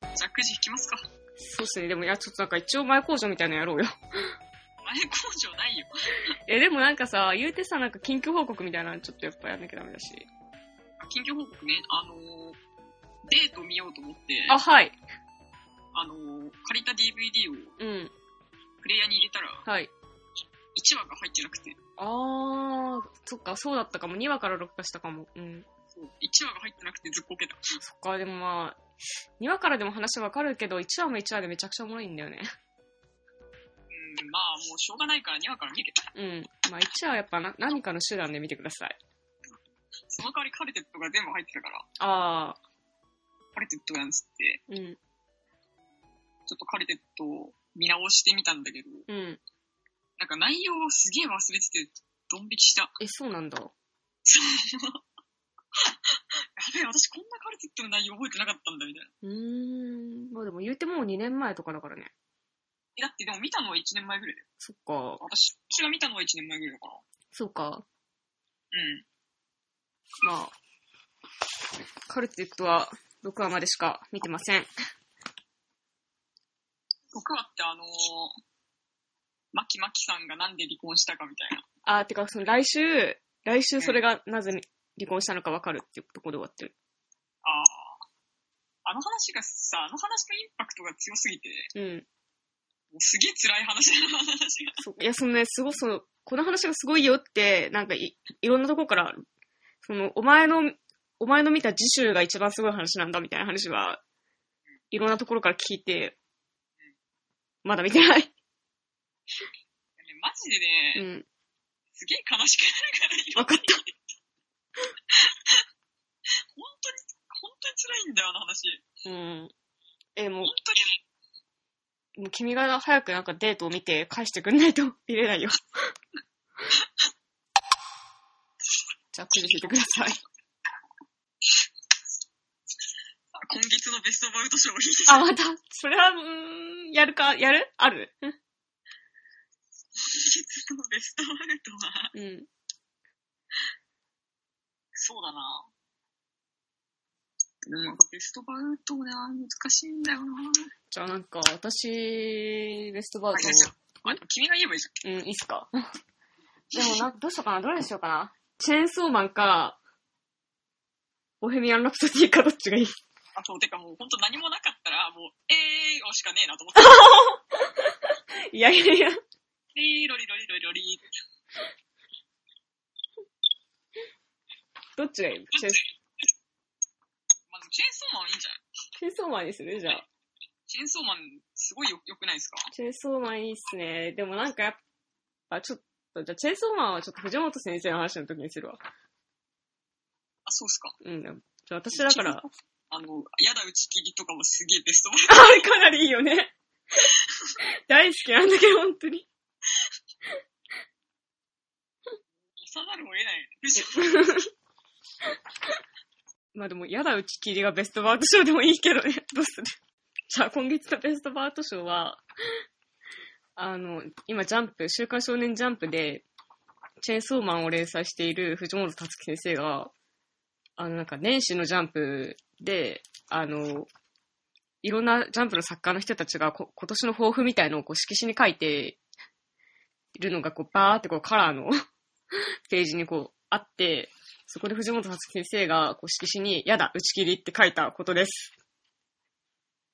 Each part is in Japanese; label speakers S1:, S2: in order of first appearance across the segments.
S1: じゃあ9時行きますか。
S2: そうっすね。でも、いや、ちょっとなんか一応前工場みたいなのやろうよ。
S1: 前工場ないよ。
S2: え、でもなんかさ、言うてさ、なんか緊急報告みたいなのちょっとやっぱやんなきゃダメだし。
S1: 緊急報告ね、あのーデート見ようと思って、
S2: あ、
S1: あ、
S2: はい。
S1: のー借りた DVD を
S2: うん。
S1: プレイヤーに入れたら、
S2: はい。
S1: 1話が入ってなくて、
S2: あー、そっか、そうだったかも。2話から録画したかも。うん。
S1: そう1話が入ってなくてずっこけた。
S2: そっか、でもまあ、2話からでも話わかるけど、1話も1話でめちゃくちゃおもろいんだよね。
S1: うん、まあもうしょうがないから2話から見る。
S2: うん。まあ、1話はやっぱな何かの手段で見てください。
S1: その代わりカルテットが全部入ってたから、
S2: あ
S1: カルテットなんつって、
S2: ー、うん、
S1: ちょっとカルテットを見直してみたんだけど、
S2: うん。
S1: なんか内容をすげえ忘れてて、ドン引きした。
S2: え、そうなんだ。
S1: やべえ、私こんなカルテットの内容覚えてなかったんだ、みたいな。
S2: うーん。まあでも言うてもう2年前とかだからね。
S1: えだってでも見たのは1年前ぐらいだよ。
S2: そっか。
S1: 私、私が見たのは1年前ぐらいだから。
S2: そうか。
S1: うん。
S2: まあ、カルテットは6話までしか見てません。
S1: 僕はってあのー、マキマキさんがなんで離婚したかみたいな。
S2: あー、てか、その来週、来週それがなぜ離婚したのかわかるっていうところで終わってる。
S1: ああ。あの話がさ、あの話のインパクトが強すぎて、
S2: う
S1: も
S2: ん。
S1: うすげえ辛い話だな、あの話が。
S2: そういや、そのね、すごい、その、この話がすごいよって、なんかい、いろんなとこから、その、お前の、お前の見た次週が一番すごい話なんだみたいな話は、いろんなところから聞いて、まだ見てない。
S1: ねマジで
S2: う
S1: ね、
S2: ん。
S1: すげえ悲しくなるから、。
S2: わかった
S1: 本当に、本当に辛いんだよ、あの話。
S2: うん。え、も
S1: 本当に、
S2: う、もう君が早くなんかデートを見て返してくんないと 見れないよ。じゃあ、くじ引いてください。
S1: あ今月のベストバウト賞に。
S2: あ、また、それは、うーん、やるか、やるある
S1: 今月のベストバウトは、
S2: うん。
S1: そうだな。でもなんかベストバウトな、難しいんだよな。
S2: じゃあなんか、私、ベストバウトを
S1: あ、でも君が言えばいいじゃん。
S2: うん、いいっすか。でもな、どうしようかな、どれにしようかな。チェーンソーマンか、ボヘミアン・ラプソディかどっちがいい
S1: あ、そう、てかもう本当何もなかったら、もう、えーをしかねえなと思って。
S2: いやいやいや。
S1: リーロリロリロリロリ
S2: どっちがいいチェーン
S1: まあ、でもチェーンソーマンいいんじゃない
S2: チェーンソーマンですね、じゃあ。
S1: チェーンソーマン、すごいよ、良くないですか
S2: チェーンソーマンいいっすね。でもなんかやっぱ、ちょっと、じゃあチェーンソーマンはちょっと藤本先生の話の時にするわ。
S1: あ、そうっすか。
S2: うん。じゃあ私 だから、
S1: あの、やだ打ち切りとかもすげえベストバ ウト。
S2: あれかなりいいよね。大好きなんだけど、本当に。
S1: さざるを得ないよね。藤
S2: まあでも、やだ打ち切りがベストバウト賞でもいいけどね。 どうするじゃあ、今月のベストバウト賞は、あの、今、ジャンプ、週刊少年ジャンプで、チェーンソーマンを連載している藤本達樹先生が、あの、なんか、年始のジャンプで、あの、いろんなジャンプの作家の人たちがこ今年の抱負みたいのをこう色紙に書いているのがこうバーってこうカラーの ページにこうあって、そこで藤本さつき先生が、こう、色紙に、やだ、打ち切りって書いたことです。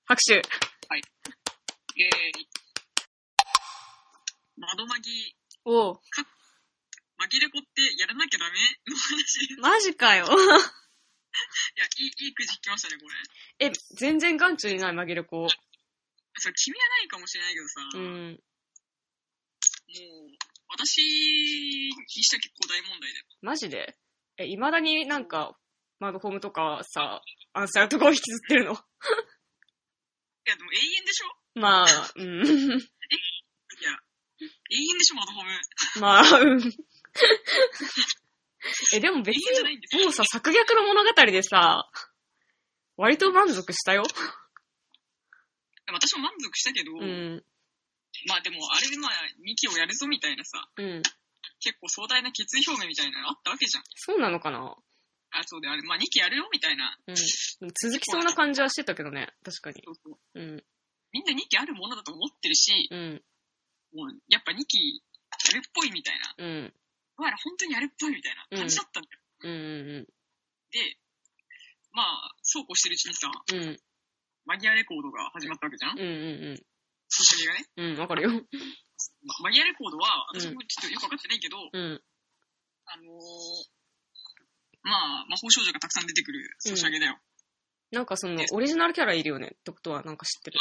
S2: 拍手。
S1: えー、窓まぎ、
S2: おう
S1: まぎれこってやらなきゃダメの話です。
S2: マジかよ。
S1: いや、いい、いいくじきましたね、これ。
S2: え、全然眼中にない紛れ子。
S1: それ君はないかもしれないけどさ、
S2: う
S1: も
S2: ん。
S1: う、私にしたら結構大問題だよ。
S2: マジでえ、未だになんか、マグホームとかさ、アンサーとかを引きずってるの。
S1: いや、でも永遠でしょ
S2: まあ、うん。
S1: いや、永遠でしょ、マドホーム。
S2: まあ、うん。え、でも
S1: 永
S2: 別
S1: 遠じゃ
S2: に、
S1: ないんですよ。
S2: もうさ、策略の物語でさ、割と満足したよ。
S1: でも私も満足したけど、
S2: うん。
S1: まあでも、あれでまあ、2期をやるぞみたいなさ、
S2: うん。
S1: 結構壮大な決意表明みたいなのあったわけじゃん。
S2: そうなのかな
S1: あ、そうだよ、あれ、まあ2期やるよみたいな。
S2: うん。でも続きそうな感じはしてたけどね。確かに。
S1: そうそう
S2: うん。
S1: みんな2期あるものだと思ってるし、
S2: うん。
S1: もうやっぱ2期やるっぽいみたいな。
S2: うん。
S1: お前ら本当にやるっぽいみたいな感じだったんだよ。
S2: うん。う
S1: で、まあ、そうこうしてるうちにさ、
S2: ん。うん。
S1: マギアレコードが始まったわけじゃん
S2: うん。うん。
S1: 進みがね。
S2: うん。うん。わかるよ。
S1: まマギアレコードは、
S2: うん
S1: 私もちょっとよくわかってないけど、
S2: うん。
S1: あのーまあ、魔法少女がたくさん出てくるソシャゲだよ。
S2: なんかその、オリジナルキャラいるよね。ってことはなんか知ってる。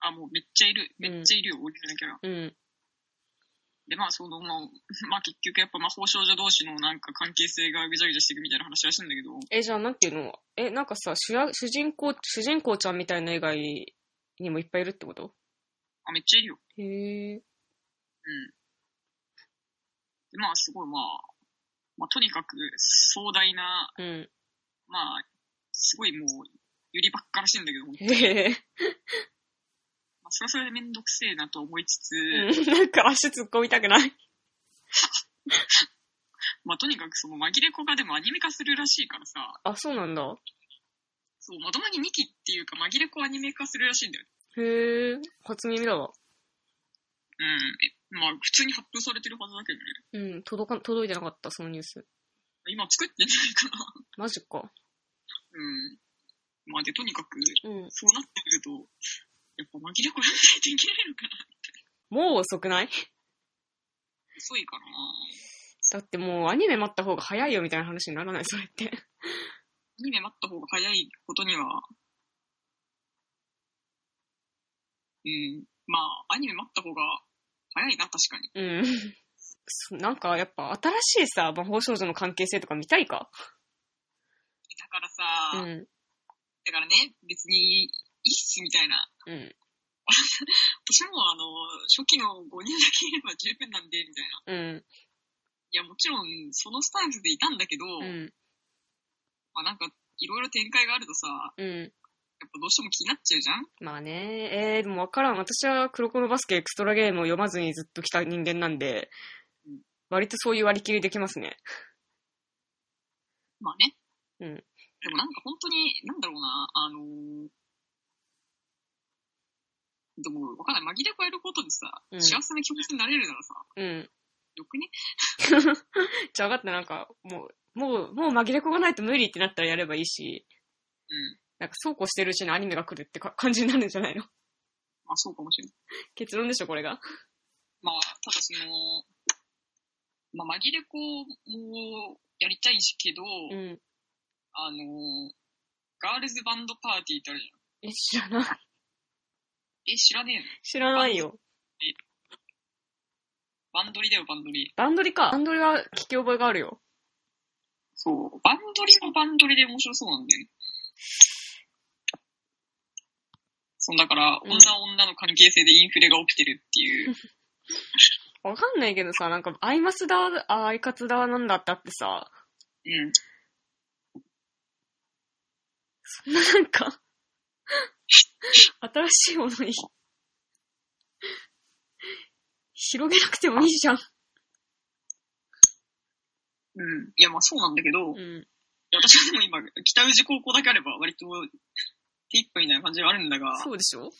S1: あ、もうめっちゃいる。めっちゃいるよ、オリジナルキャラ。
S2: うん。
S1: で、まあ、その、まあ、まあ、結局やっぱ魔法少女同士のなんか関係性がぐちゃぐちゃしていくみたいな話はしてんだけど、
S2: え、じゃあなんていうのえ、なんかさ、主役主人公、主人公ちゃんみたいな以外にもいっぱいいるってこと
S1: あ、めっちゃいるよ。
S2: へえ。
S1: うん。で、まあ、すごい、まあ、まあ、とにかく壮大な、
S2: うん。
S1: まあ、すごいもう、ゆりばっからしいんだけど、
S2: へえ。
S1: まあ、それはそれでめんどくせえなと思いつつ、
S2: うんなんか足突っ込みたくない
S1: まあ、とにかくその、紛れ子がでもアニメ化するらしいからさ、
S2: あ、そうなんだ。
S1: そう、まともに2期っていうか、紛れ子をアニメ化するらしいんだよね。
S2: へえ。初耳だわ。
S1: うん。えまあ、普通に発表されてるはずだけどね。
S2: うん。届か、届いてなかった、そのニュース。
S1: 今作ってないかな。
S2: マジか。
S1: うん。まあ、で、とにかく、
S2: うん。
S1: そうなってくると、やっぱ紛れ子やらないといけないのかな。
S2: もう遅くない
S1: 遅いかな。
S2: だってもうアニメ待った方が早いよみたいな話にならない、それって。
S1: アニメ待った方が早いことには、うん。まあ、アニメ待った方が早いな、確かに。
S2: うん。そなんかやっぱ新しいさ、魔法少女の関係性とか見たいか
S1: だからさ、
S2: うん。
S1: だからね、別に、いいっす、みたいな。
S2: うん。
S1: 私もあの、初期の5人だけいれば十分なんで、みたいな。
S2: うん。
S1: いや、もちろん、そのスタンスでいたんだけど、
S2: うん。
S1: まあなんか、いろいろ展開があるとさ、
S2: うん。
S1: やっぱどうしても気になっちゃうじゃん
S2: まあね、えー、でもわからん。私は黒子のバスケエクストラゲームを読まずにずっと来た人間なんで
S1: うん、
S2: 割とそういう割り切りできますね。
S1: まあね。
S2: うん
S1: でもなんか本当に、なんだろうな、あのーでも、わかんない。紛れ子やることでさ、
S2: うん
S1: 幸せな気持ちになれるならさ、
S2: うん。
S1: よくね
S2: じゃあ分かった、なんか、もう、もう、もう紛れ込まないと無理ってなったらやればいいし、
S1: うん。
S2: なんかそうこうしてるうちにアニメが来るってか感じになるんじゃないの
S1: まあそうかもしれない。
S2: 結論でしょ、これが。
S1: まあ、ただその、まあ紛れ子もやりたいしけど、
S2: うん。
S1: あのーガールズバンドパーティーってあるじゃん。
S2: え、知らない。
S1: え、知らねえの
S2: 知らないよ。
S1: バンドリだよ、バンドリ。
S2: バンドリか。バンドリは聞き覚えがあるよ。
S1: そう。バンドリもバンドリで面白そうなんだよね。そう、だから、
S2: うん
S1: 女女の関係性でインフレが起きてるっていう。
S2: わかんないけどさ、なんか、アイマスだ、あアイカツだなんだってあってさ、
S1: うん。
S2: そん ななんか、新しいものに、広げなくてもいいじゃん。
S1: うん。いや、まあそうなんだけど、
S2: うん。
S1: 私はでも今、北宇治高校だけあれば割と、手一杯みたいな感じはあるんだが、
S2: そうでしょ
S1: なん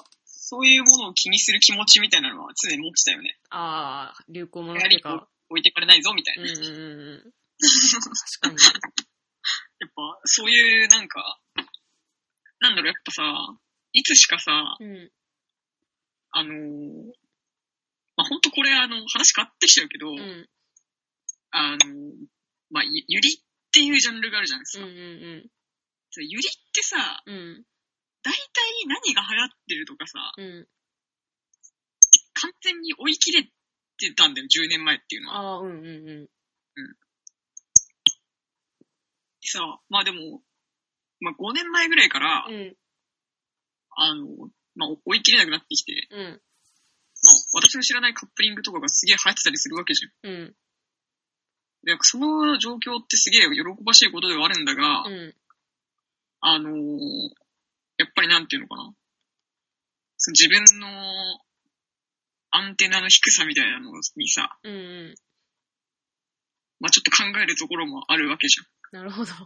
S1: か、そういうものを気にする気持ちみたいなのは常に持ってたよね。
S2: ああ、流行もの
S1: や
S2: っ
S1: は
S2: て
S1: り
S2: いうか。
S1: 置いてかれないぞ、みたい
S2: うん
S1: な。
S2: うんうんうん。確か
S1: やっぱ、そういう、なんか、なんだろう、やっぱさ、いつしかさ、
S2: に。 うん。
S1: あのーまあ、ほんとこれ、あの、話変わってきちゃうけど、
S2: うん。
S1: あのーまあ、ゆゆりっていうジャンルがあるじゃないです
S2: うん
S1: か。
S2: うん
S1: そうゆりってさ、
S2: うん。うん。
S1: 大体何が流行ってるとかさ、
S2: うん。
S1: 完全に追い切れてたんだよ、10年前っていうのは。
S2: ああ、うんうんう
S1: さ、まあでも、まあ、5年前ぐらいから、
S2: ん。うん。
S1: あの、まあ、追い切れなくなってきて、
S2: うん。
S1: まあ、私の知らないカップリングとかがすげえ流行ってたりするわけじゃん。
S2: うん。
S1: で、なんかその状況ってすげえ喜ばしいことではあるんだが、
S2: うん。
S1: あのーやっぱりなんていうのかな。その自分のアンテナの低さみたいなのにさ、
S2: うん。
S1: まあちょっと考えるところもあるわけじゃん。
S2: なるほど。い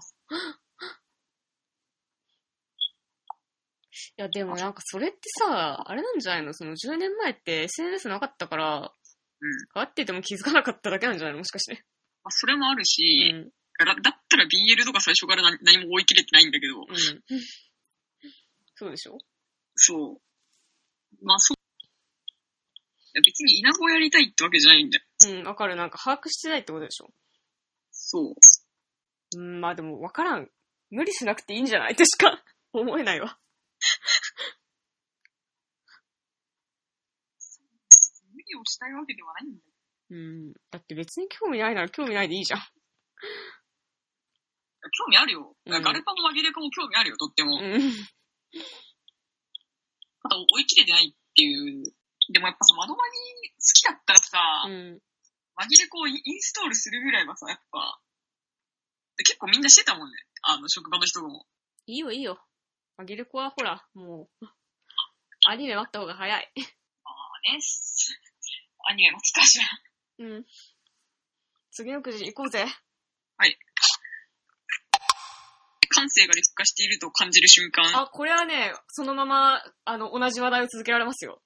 S2: や、でもなんかそれってさ、あれなんじゃないのその10年前って SNS なかったから、
S1: うん。
S2: 会ってても気づかなかっただけなんじゃないのもしかして。
S1: まあそれもある
S2: う
S1: し、
S2: ん。
S1: だだったら BL とか最初から何何も追い切れてないんだけど、
S2: うん。そうでしょ
S1: そう。まあそう。いや別に稲子やりたいってわけじゃないんだよ。
S2: うん、わかる。なんか把握してないってことでしょ
S1: そう。
S2: うん、まあでもわからん。無理しなくていいんじゃないってしか 思えないわ。
S1: 無理をしたいわけではないんだよ。
S2: うん。だって別に興味ないなら興味ないでいいじゃん。
S1: 興味あるよ。
S2: うん
S1: ガルパも紛れかも興味あるよ、とっても。
S2: うん。
S1: ただ追い切れてないっていう。でもやっぱさ、窓マギ好きだったらさ、
S2: うん。
S1: 紛れこをインインストールするぐらいはさ、やっぱ、で結構みんなしてたもんね。あの、職場の人も。
S2: いいよいいよ。あげる子はほら、もう、アニメ待った方が早い。
S1: まあね、アニメも使うしな。
S2: うん。次のくじ行こうぜ。
S1: 感性が劣化していると感じる瞬間。あ
S2: あ、これはね、そのまま、あの、同じ話題を続けられますよ。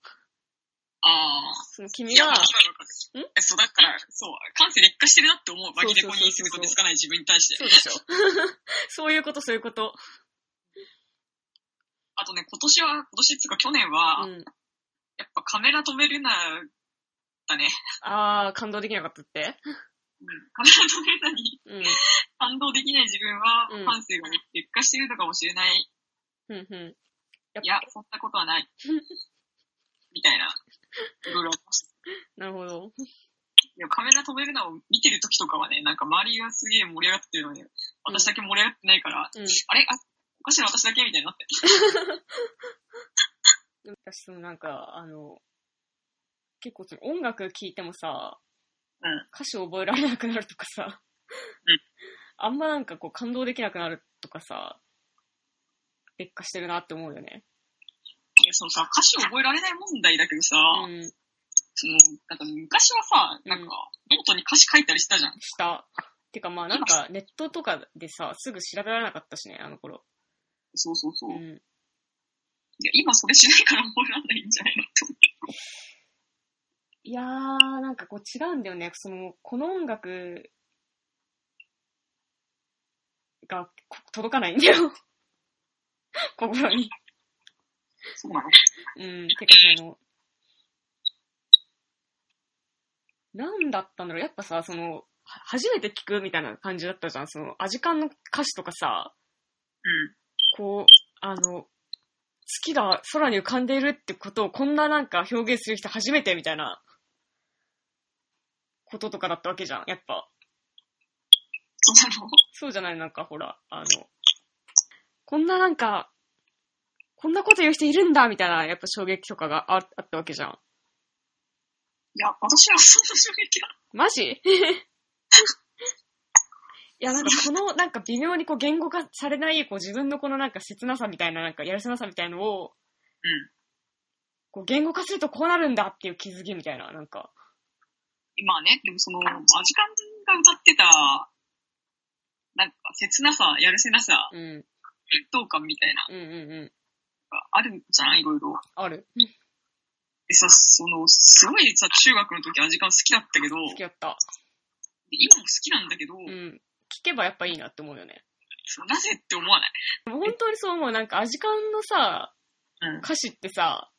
S1: あ
S2: その
S1: ー。
S2: 君
S1: いや、
S2: は
S1: わか、るわかる。えそう、だから、そう、感性劣化してるなって思う。紛れこにすぐとてつかない自分に対して
S2: そ。うでしょ。 そういうこと、そういうこと。
S1: あとね、今年は、今年っていうか去年は、
S2: うん。
S1: やっぱカメラ止めるな、だね。
S2: あー、感動できなかったって。
S1: うん。カメラ止めるなに
S2: うん。
S1: 感動できない自分は
S2: うん、
S1: 感性が劣化しているのかもしれない。
S2: うん、うん。やっ
S1: いや、そんなことは ない。みたいな。いろいろありました。
S2: なるほど。
S1: でもカメラ止めるのを見てる時とかはね、なんか周りがすげえ盛り上がってるのに、私だけ盛り上がってないから、あ
S2: うん。
S1: れあ、おかしいな私だけみたいになって。
S2: でも私そのなんか、あの、結構その音楽聴いてもさ、
S1: うん
S2: 歌詞覚えられなくなるとかさ、
S1: うん
S2: あんまなんかこう感動できなくなるとかさ、劣化してるなって思うよね。
S1: いやそのさ、歌詞を覚えられない問題だけどさ、
S2: うん。
S1: その、なんか昔はさ、なんか、ノートに歌詞書いたりしたじゃん。
S2: した。てかまあなんかネットとかでさ、すぐ調べられなかったしね、あの頃。
S1: そうそうそうう。い
S2: ん。
S1: や、今それしないから覚えられないんじゃないのと思って。
S2: いやー、なんかこう違うんだよね。その、この音楽がこ届かないんだよ。 心に。
S1: そうなの
S2: うん、てかその、なんだったんだろう、やっぱさ、その、は初めて聞くみたいな感じだったじゃん、その、アジカンの歌詞とかさ、
S1: うん。
S2: こう、あの、月が空に浮かんでいるってことをこんななんか表現する人初めてみたいな、こととかだったわけじゃん、やっぱ。
S1: そうなの
S2: そうじゃない、なんかほら、あの、こんななんか、こんなこと言う人いるんだみたいな、やっぱ衝撃とかがああったわけじゃん。
S1: いや、私はそんな衝撃だ。
S2: マジ いや、なんかこの、なんか微妙にこう言語化されない、こう自分のこのなんか切なさみたいな、なんかやるせなさみたいの
S1: うん。
S2: を、こう言語化するとこうなるんだっていう気づきみたいな、なんか。
S1: まあね、でもその、アジカンが歌ってた、なんか、切なさ、やるせなさ、
S2: うん、うん
S1: 劣等感みたいな、
S2: うんうん。
S1: があるじゃん、いろいろ。
S2: ある。
S1: でさ、その、すごいさ、中学の時アジカン好きだったけど、
S2: 好きだった。
S1: で今も好きなんだけど、
S2: うん。聞けばやっぱいいなって思うよね。
S1: そうなぜって思わない。
S2: でも本当にそう思う。なんかアジカンのさ、
S1: うん。
S2: 歌詞ってさ、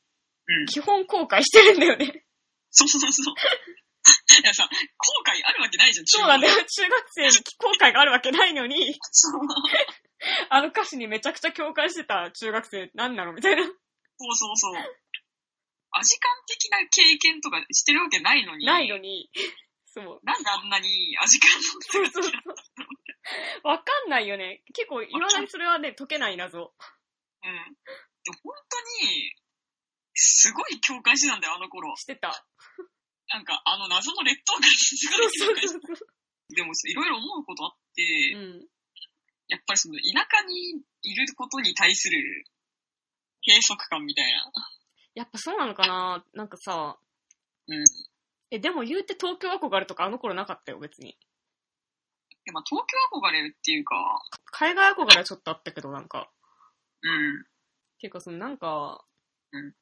S1: うん。
S2: 基本後悔してるんだよね。
S1: そうそう そう。いやさ、後悔あるわけないじゃん、
S2: そうなんだ
S1: よ。
S2: よ。中学生に後悔があるわけないのに、
S1: そう
S2: あの歌詞にめちゃくちゃ共感してた中学生なんなのみたいな。
S1: そうそうそう。アジカン的な経験とかしてるわけないのに。
S2: ないのに、そう。
S1: なんであんなにアジカンの
S2: そうそうそう。わかんないよね。結構、いまだにそれはね、解けない謎。
S1: うん。で本当に、すごい共感してたんだよ、あの頃。
S2: してた。
S1: なんか、あの謎の劣等感にす
S2: そ
S1: ご
S2: う
S1: い共感し
S2: そう
S1: て
S2: そうそ
S1: た。でも、いろいろ思うことあって、
S2: う。うん。
S1: やっぱりその、田舎にいることに対する、閉塞感みたいな。
S2: やっぱそうなのかななんかさ、
S1: うん。
S2: え、でも言うて東京憧れとかあの頃なかったよ、別に。
S1: やまあ東京憧れるっていうか、
S2: 海外憧れはちょっとあったけど、なんか。
S1: うん。
S2: ていうか、そのなんか、
S1: うん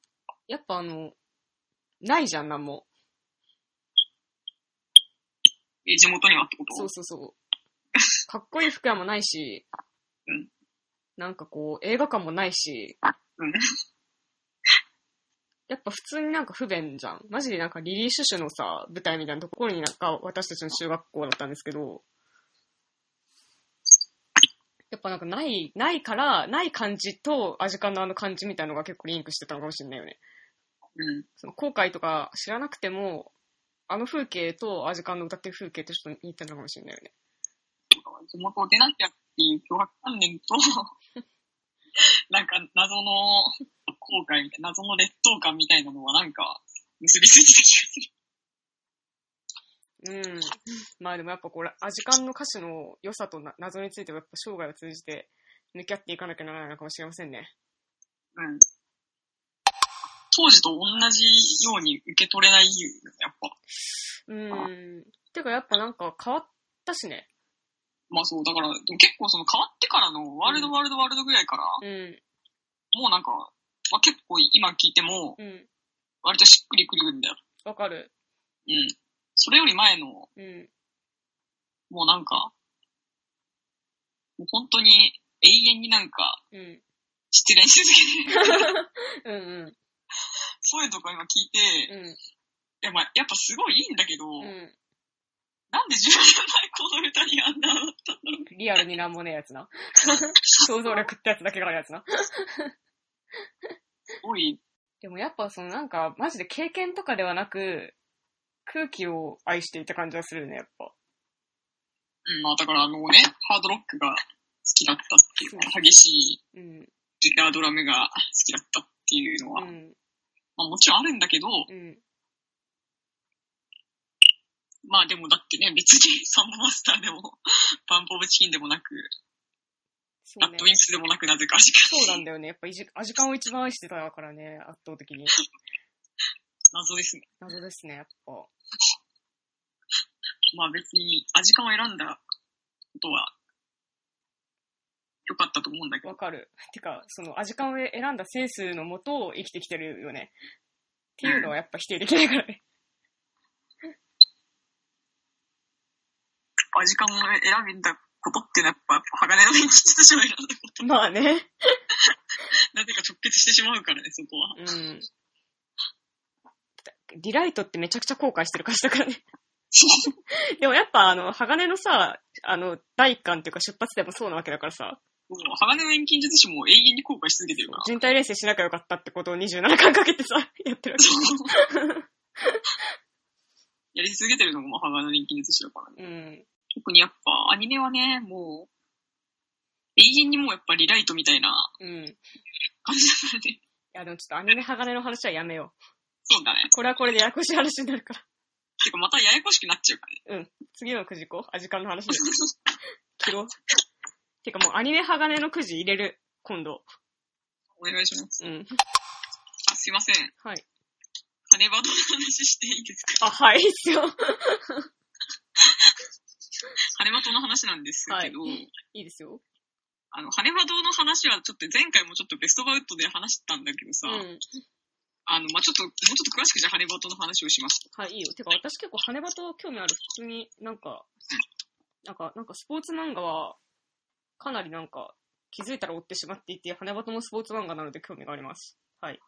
S2: やっぱあの、ないじゃん、なんも。
S1: え地元にはってこと
S2: そうそうそう。かっこいい服屋もないし、
S1: うん
S2: なんかこう、映画館もないし、
S1: うん
S2: やっぱ普通になんか不便じゃん。マジでなんかリリー・シュシュのさ、舞台みたいなところになんか私たちの中学校だったんですけど、やっぱなんかない、ないから、ない感じとアジカンのあの感じみたいなのが結構リンクしてたのかもしれないよね。
S1: うん。
S2: その後悔とか知らなくても、あの風景とアジカンの歌ってる風景ってちょっと似てたのかもしれないよね。
S1: 地元を出なきゃっていう脅迫観念 と、なんか謎の後悔みたいな、謎の劣等感みたいなのはなんか結びついてた気がする。
S2: うん。まあでもやっぱこれ、アジカンの歌詞の良さとな謎についてはやっぱ生涯を通じて向き合っていかなきゃならないのかもしれませんね。
S1: うん。当時と同じように受け取れないよねやっぱ。
S2: うん。てかやっぱなんか変わったしね。
S1: まあそう、だから、でも結構その変わってからのワールドワールドワールドぐらいから、
S2: うん。
S1: もうなんか、まあ、結構今聞いても
S2: うん。
S1: 割としっくりくるんだよ。
S2: わかる。
S1: うん。それより前の
S2: うん。
S1: もうなんか、もう本当に永遠になんか
S2: うん。
S1: 失恋し続け てる、
S2: うんうん。
S1: そういうとか今聞いて、
S2: うん。
S1: いやまあやっぱすごいいいんだけど、
S2: う
S1: なんで自分じゃないこの歌にあんなだったんだろう。
S2: ん。リアルになんもねえやつな。 想像力ってやつだけがあるやつな。
S1: すごい、
S2: でもやっぱそのなんか、マジで経験とかではなく、空気を愛していた感じがするね、やっぱ。
S1: うん、まあだからあのね、ハードロックが好きだったっていうか、激しい
S2: うん。
S1: ギタードラムが好きだったっていうのは、
S2: うん。
S1: まあもちろんあるんだけど、
S2: うん。
S1: まあでもだってね、別に サンボマスターでも、バンポブチキンでもなく、
S2: そ
S1: ラ
S2: う
S1: ッ
S2: ね
S1: ドウ。ィンプスでもなくなぜか時間
S2: そうなんだよね。やっぱいじ、アジカンを一番愛してたからね、圧倒的に。
S1: 謎ですね。
S2: 謎ですね、やっぱ。
S1: まあ別に、味感を選んだことは、良かったと思うんだけど、
S2: わかる。 てか、その、アジカンを選んだセンスのもとを生きてきてるよね。っていうのはやっぱ否定できないからね。
S1: 味感を選んだことっていうのはやっぱ、鋼の錬金術師を選んだこと、
S2: まあね。
S1: なぜか直結してしまうからね、そこ は。
S2: うん。リライトってめちゃくちゃ後悔してる歌詞だからね。
S1: そう。
S2: でもやっぱあの、鋼のさ、あの、第一巻っていうか出発でもそうなわけだからさ、
S1: 鋼の錬金術師も永遠に後悔し続けてるから。
S2: 人体練習しなきゃよかったってことを27巻かけてさ、やってるわけ
S1: そう やり続けてるのがまあ鋼の錬金術師だからね。
S2: うん。
S1: 特にやっぱ、アニメはね、もう、永遠にもうやっぱリライトみたいな
S2: うん。い
S1: 感じだからね。
S2: やでもちょっとアニメ鋼の話はやめよう。
S1: そうだね。
S2: これはこれでややこしい話になるから。
S1: てかまたややこしくなっちゃうからね。
S2: 次のくじこアジカンの話で切ろう。 てかもうアニメ鋼のくじ入れる、今度。
S1: お願いします。
S2: うん。
S1: あ、すいません。
S2: はい。
S1: 金バドの話していいです か
S2: あ、はい、いいっすよ。
S1: 羽バドの話なんですけど、
S2: いいですよ。
S1: あの、羽バドの話はちょっと前回もちょっとベストバウトで話したんだけど
S2: う
S1: さ、
S2: ん。
S1: あの、まあ、ちょっと、もうちょっと詳しくじゃあ羽バドの話をしますと。
S2: はい、いいよ。てか、私結構羽場と興味ある。普通になんか、なんか、なんかスポーツ漫画は、かなりなんか、気づいたら追ってしまっていて、羽場ともスポーツ漫画なので興味があります。はい。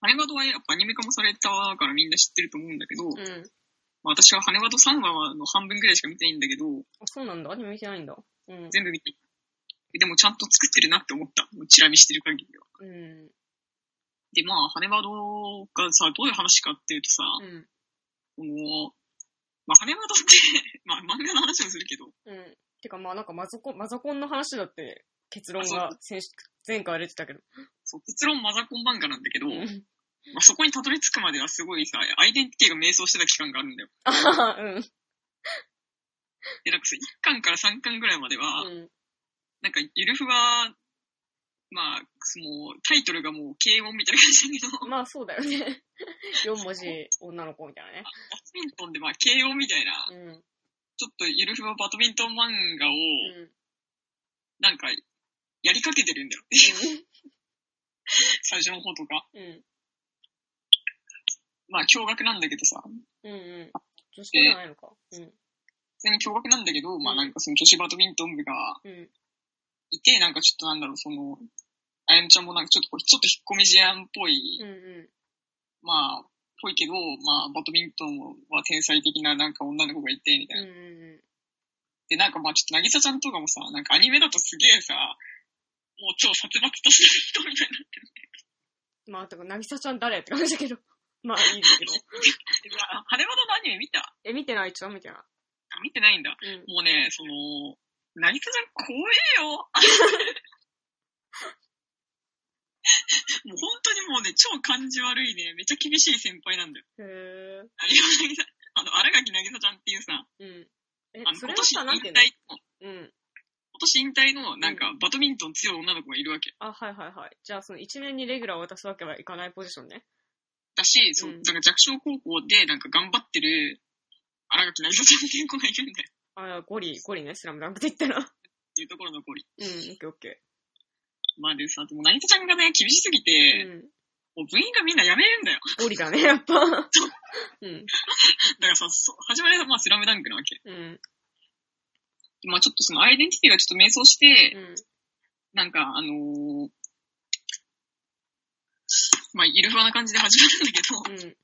S1: 羽バドはやっぱアニメ化もされたからみんな知ってると思うんだけど、
S2: うん。
S1: まあ、私は羽バド3話の半分ぐらいしか見てないんだけど、
S2: あ、そうなんだ。アニメ見てないんだ。うん。
S1: 全部見て、でもちゃんと作ってるなって思った。もうチラ見してる限りでは。
S2: うん。
S1: で、まあ、羽バドがさ、どういう話かっていうとさ、
S2: うん。
S1: この、まあ、羽バドって、 まあ、漫画の話をするけど、
S2: うん。てか、まあなんかマゾコン、マゾコンの話だって、結論
S1: あ
S2: が先週、前回は出てたけど。
S1: そう、結論マザコン漫画なんだけど、
S2: う
S1: ま
S2: ん。
S1: あ、そこにたどり着くまではすごいさ、アイデンティティが迷走してた期間があるんだよ。
S2: あははうん。
S1: で、なんかさ、1巻から3巻ぐらいまでは、
S2: うん。
S1: なんか、ゆるふは、まあ、その、タイトルがもう、軽音みたいな感じだけど、
S2: まあそうだよね。4文字女の子みたいなね。
S1: バドミントンでまあ、軽音みたいな
S2: うん。
S1: ちょっとゆるふわバドミントン漫画を、
S2: うん。
S1: なんか、やりかけて るんだよ。最初の方とか。
S2: うん。
S1: まあ、驚愕なんだけどさ。
S2: うんうん。女子校じゃないのか。うん。
S1: 普通に驚愕なんだけど、まあ
S2: うん
S1: なんかその女子バドミントン部が
S2: うん。
S1: いて、なんかちょっとなんだろう、その、あやみちゃんもなんかちょっとこう、ちょっと引っ込み思案っぽい、
S2: うんう
S1: まあ、ぽいけど、まあ、バドミントンは天才的ななんか女の子がいて、みたい
S2: ん。
S1: な。
S2: うんうん
S1: で、なんかまあちょっと、なぎさちゃんとかもさ、なんかアニメだとすげえさ、もう超殺伐としてる人みたいになってる。
S2: うん。まあ、だから、なぎさちゃん誰って感じだけど。 まあ、いいですけど。
S1: でまあ、晴れ技のアニメ見た
S2: え、見てないちょ、見てない。
S1: あ見てないんだ。
S2: うん。
S1: もうね、その、なぎさちゃん怖えよ。 もう本当にもうね、超感じ悪いね、めっちゃ厳しい先輩なんだよ。
S2: へえ。
S1: あれはなぎさ、あの、荒垣なぎさちゃんっていうさ、あ
S2: うん。え
S1: の、、
S2: そ
S1: 今
S2: れ
S1: 年
S2: はさ、なんてい
S1: 引
S2: う
S1: 退
S2: の
S1: の、
S2: うん。
S1: 今年引退の、なんか、バドミントン強い女の子がいるわけ。
S2: あ、はいはいはい。じゃあ、その1年にレギュラーを渡すわけはいかないポジションね。
S1: だし、そうの、
S2: ん
S1: なんか弱小高校で、なんか頑張ってる、荒垣なぎさちゃんっていう子がいるんだよ。
S2: あ、ゴリ、ゴリね、スラムダンクって言ったら。
S1: っていうところの残り。
S2: うん、オッケーオッケ
S1: まあでさ、でもなぎさちゃんがね、厳しすぎ
S2: ー。
S1: て、
S2: うん。
S1: もう部員がみんな辞めるんだよ。
S2: ゴリだね、やっぱ。うん、
S1: だからさ、そう始まりはまあ、スラムダンクなわけ。
S2: うん、
S1: まあちょっとそのアイデンティティがちょっと迷走して、
S2: うん。
S1: なんかあのーまあゆるふわな感じで始まるんだけど、
S2: うん、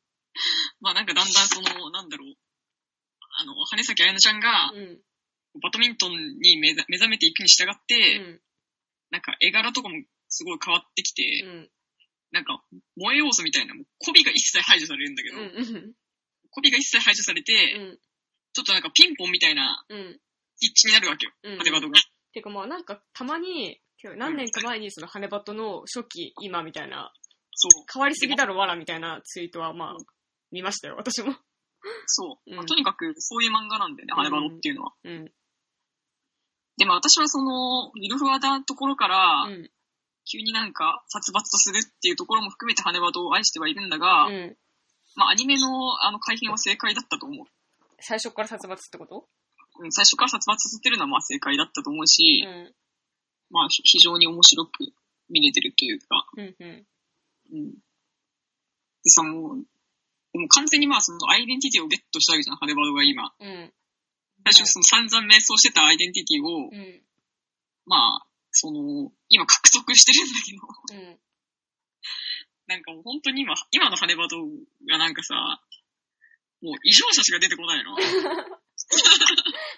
S1: まあなんかだんだんその、なんだろう、あの、羽崎彩乃ちゃんが
S2: うん、
S1: バドミントンに目ざ目覚めていくに従って、
S2: うん、
S1: なんか絵柄とかもすごい変わってきて、
S2: うん、
S1: なんか萌え要素みたいな、もう媚びが一切排除されるんだけど、
S2: うん、うん、
S1: 媚びが一切排除されて、
S2: うん、
S1: ちょっとなんかピンポンみたいな
S2: うん、
S1: 立地になるわけよ、
S2: うん
S1: ハテバドが。
S2: てかまあなんかたまに、てか何年か前にその羽バトの初期、今みたいな、
S1: そう。
S2: 変わりすぎだろ、わらみたいなツイートはまあ、見ましたよ、私も。
S1: そう。まあ
S2: うん
S1: とにかく、そういう漫画なんだよね、
S2: うん
S1: ハネバノっていうのは。
S2: うん、
S1: で、まあ私はその、ゆるふわなところから、
S2: うん、
S1: 急になんか、殺伐とするっていうところも含めてハネバドを愛してはいるんだが、
S2: うん。
S1: まあアニメのあの改編は正解だったと思う。
S2: 最初から殺伐ってこと
S1: うん、最初から殺伐させてるのはまあ正解だったと思う
S2: う
S1: し、
S2: ん、
S1: まあひ非常に面白く見れてるというか、
S2: うん、う
S1: う
S2: ん、
S1: ん。で、その、でも完全にまあそのアイデンティティをゲットしたわけじゃん、ハネバドが今。
S2: うん、
S1: 最初その散々迷走してたアイデンティティを、
S2: うん、
S1: まあ、その、今獲得してるんだけど、
S2: うん、
S1: なんかもう本当に今、今の羽バドがなんかさ、もう異常者しか出てこ ないの。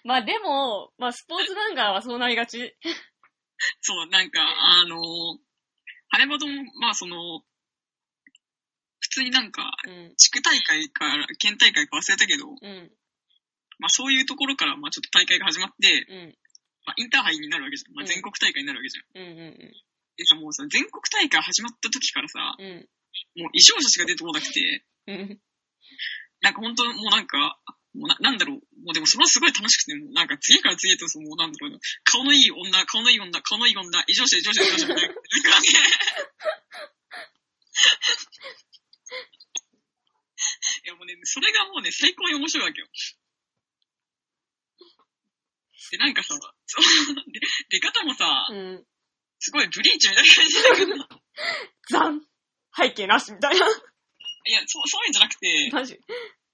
S2: まあでも、まあスポーツ漫画はそうなりがち。
S1: そう、なんか、あの、羽バドも、まあその、普通になんか、
S2: うん、
S1: 地区大会から、県大会か忘れたけど、
S2: うん、
S1: まあそういうところから、まあちょっと大会が始まって、
S2: うん、
S1: まあインターハイになるわけじゃん。まあ
S2: うん
S1: 全国大会になるわけじゃん。
S2: うん、うん、
S1: でさ、もうさ、全国大会始まった時からさ、
S2: うん、
S1: もう異常者しか出てこなくて、
S2: うん、
S1: なんか本当、もうなんか、もうななんだろう、もうでもそれはすごい楽しくて、もうなんか次から次へと、そのもうなんだろうな、顔のいい女、顔のいい女、顔のいい女、異常者、異常者、異常者みたいな。なんか ね。いやもうね、それがもうね、最高に面白いわけよ。で、なんかさ、そう で出方もさ、
S2: うん、
S1: すごいブリーチみたいな感じだけど、
S2: ザン背景なしみたいな。
S1: いや、そう、そういうんじゃなくて、
S2: マジ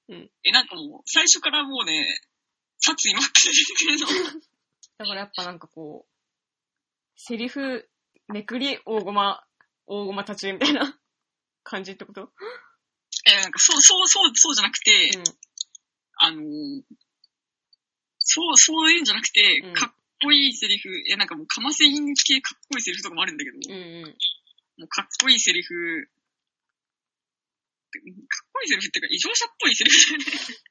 S1: え、なんかもう、最初からもうね、殺意マックスで出てくるの。
S2: だからやっぱなんかこう、セリフ、めくり、大駒、大駒立ちみたいな感じってこと
S1: え、なんかそう、そう、そう、そうじゃなくて、あのーそう、そういうんじゃなくて、
S2: うん
S1: かっこいいセリフ、え、なんかもう、かませ犬系かっこいいセリフとかもあるんだけど、
S2: うん。うん
S1: もうかっこいいセリフ、かっこいいセリフっていうか、異常者っぽいセリフだよね。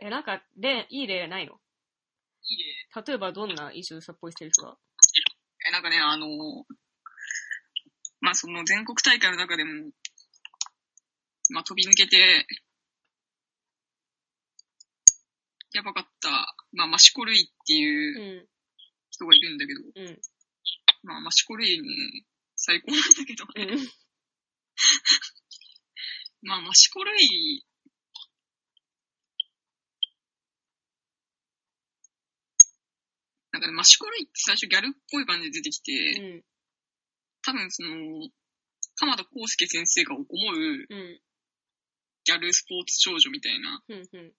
S2: うん。え、なんか、で、いい例ないの
S1: いいね。
S2: 例えばどんな異常者っぽいセリフが、
S1: え、なんかね、あのーまあ、その全国大会の中でも、まあ、飛び抜けて、やばかった、まあ、マシコルイっていううん人がいるんだけど、
S2: うん、
S1: まあ、マシコルイね、最高なんだけど、
S2: うん、
S1: まあ、マシコルイなんかね、マシュコルイって最初ギャルっぽい感じで出てき
S2: う
S1: て、
S2: ん。
S1: 多分その、鎌田康介先生が思う
S2: うん。
S1: ギャルスポーツ少女みたいな
S2: うん。うん。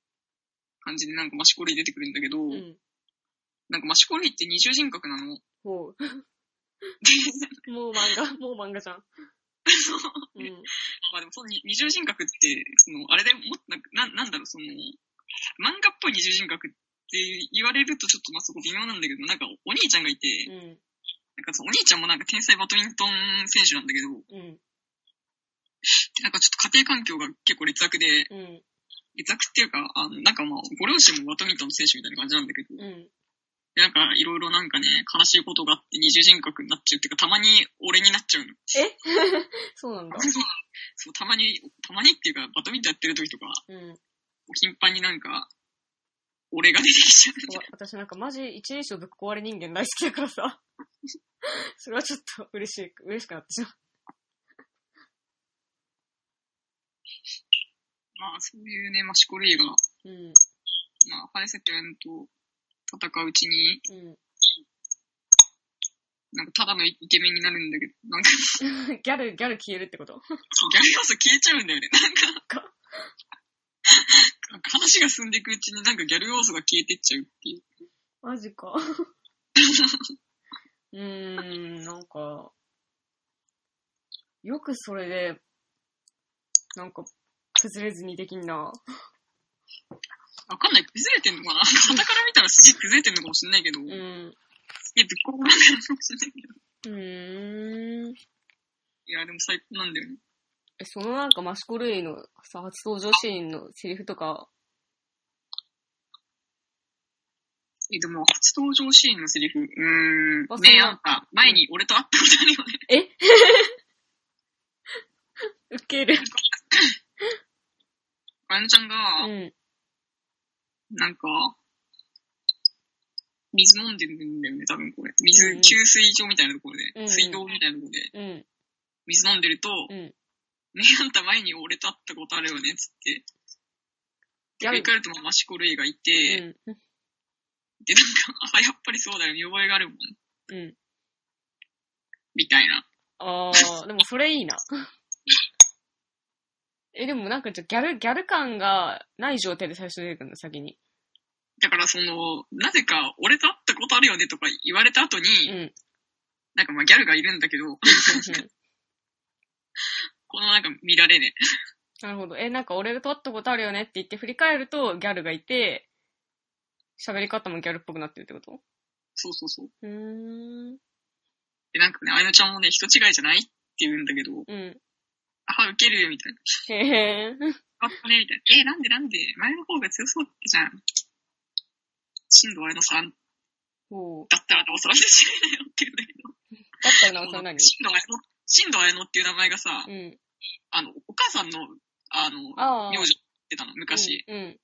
S1: 感じでなんかマシュコルイ出てくるんだけど、
S2: うん。
S1: なんかマシュコルイって二重人格なの。
S2: ほう。もう漫画、もう漫画じゃん。うん。
S1: まあでもその二二重人格って、その、あれでも、なんかなんなんだろう、その、漫画っぽい二重人格って言われるとちょっとまあそこ微妙なんだけど、なんかお兄ちゃんがいて、
S2: うん。
S1: なんかそのお兄ちゃんもなんか天才バドミントン選手なんだけど、
S2: うん。
S1: なんかちょっと家庭環境が結構劣悪で、
S2: うん。
S1: 劣悪っていうか、あの、なんかまあ、ご両親もバドミントン選手みたいな感じなんだけど、
S2: うん。
S1: でなんかいろいろなんかね、悲しいことがあって二重人格になっちゃうっていうか、たまに俺になっちゃう の。
S2: そうなんだ。
S1: そうそう、たまに、たまにっていうか、バドミントンやってる時とか、
S2: うん。
S1: 頻繁になんか、俺が出てきちゃう。
S2: わ私なんかマジ一人称ぶっ壊れ人間大好きだからさ。 それはちょっと嬉しい、嬉しくなってしまう。
S1: まあ、そういうね、マシコレイが、ま
S2: うん。
S1: あ、ハイセキュンと戦ううちに、
S2: う
S1: なんかただのイケメンになるんだけど、なんか、
S2: ん。 ギャル、ギャル消えるってこと
S1: そうギャル要素消えちゃうんだよね。なん
S2: か
S1: か、なんか話が進んでいくうちになんかギャル要素が消えてっちゃうっていう。
S2: マジか。 うーん、なんか、よくそれで、なんか、崩れずにできんな。
S1: わかんない。崩れてんのか な傍から見たらすげえ崩れてんのかもしんないけど、
S2: う
S1: す
S2: ん。
S1: げえぶっ壊れてるかもしんないけど。
S2: うーん。
S1: いや、でも最高なんだよね。
S2: え、そのなんかマシコルイのさ、初登場シーンのセリフとか、
S1: え、でも、初登場シーンのセリフ。うー
S2: あ
S1: ん。ねえ、
S2: そう
S1: あんた、前に俺と会ったことあるよね。
S2: ウケる。
S1: あやちゃんが、
S2: うん。
S1: なんか、水飲んでるんだよね、多分これ。水、
S2: うんうん
S1: 給水場みたいなところ
S2: うん
S1: で、
S2: うん
S1: 水道みたいなところで、
S2: うん。
S1: 水飲んでると、
S2: う
S1: ね
S2: ん。
S1: あんた前に俺と会ったことあるよね、つって。
S2: ギ
S1: で、
S2: ャ
S1: 振
S2: ル
S1: り。返るとマシコルイがいて、
S2: うん。
S1: で、なんか、あ、やっぱりそうだよ、見覚えがあるもん、
S2: うん。
S1: みたいな。
S2: あー、でもそれいいな。 え、でもなんかじゃあギャル、ギャル感がない状態で最初に出てくるの、先に。
S1: だからその、なぜか、俺と会ったことあるよねとか言われた後に、
S2: うん。うん
S1: なんかまあギャルがいるんだけど、このなんか見られねえ。
S2: なるほど。え、なんか俺が撮ったことあるよねって言って振り返るとギャルがいて、喋り方もギャルっぽくなってるってこと
S1: そうそうそう。
S2: うーん。
S1: で、なんかね、あやのちゃんもね、人違いじゃないって言うんだけど、
S2: うん。
S1: あ、ウケるみたいな。
S2: へえ。
S1: あったね、みたいな。え、なんでなんで前の方が強そうだったじゃん。新藤綾乃さん
S2: ほう。
S1: だったらなおさらでしないよって言うんだけど。
S2: だったらなおさら何
S1: 新藤綾乃、新藤綾乃っていう名前がさ、
S2: うん。
S1: あの、お母さんの、あの、
S2: ああ。
S1: 名字ってたの、昔。
S2: うん。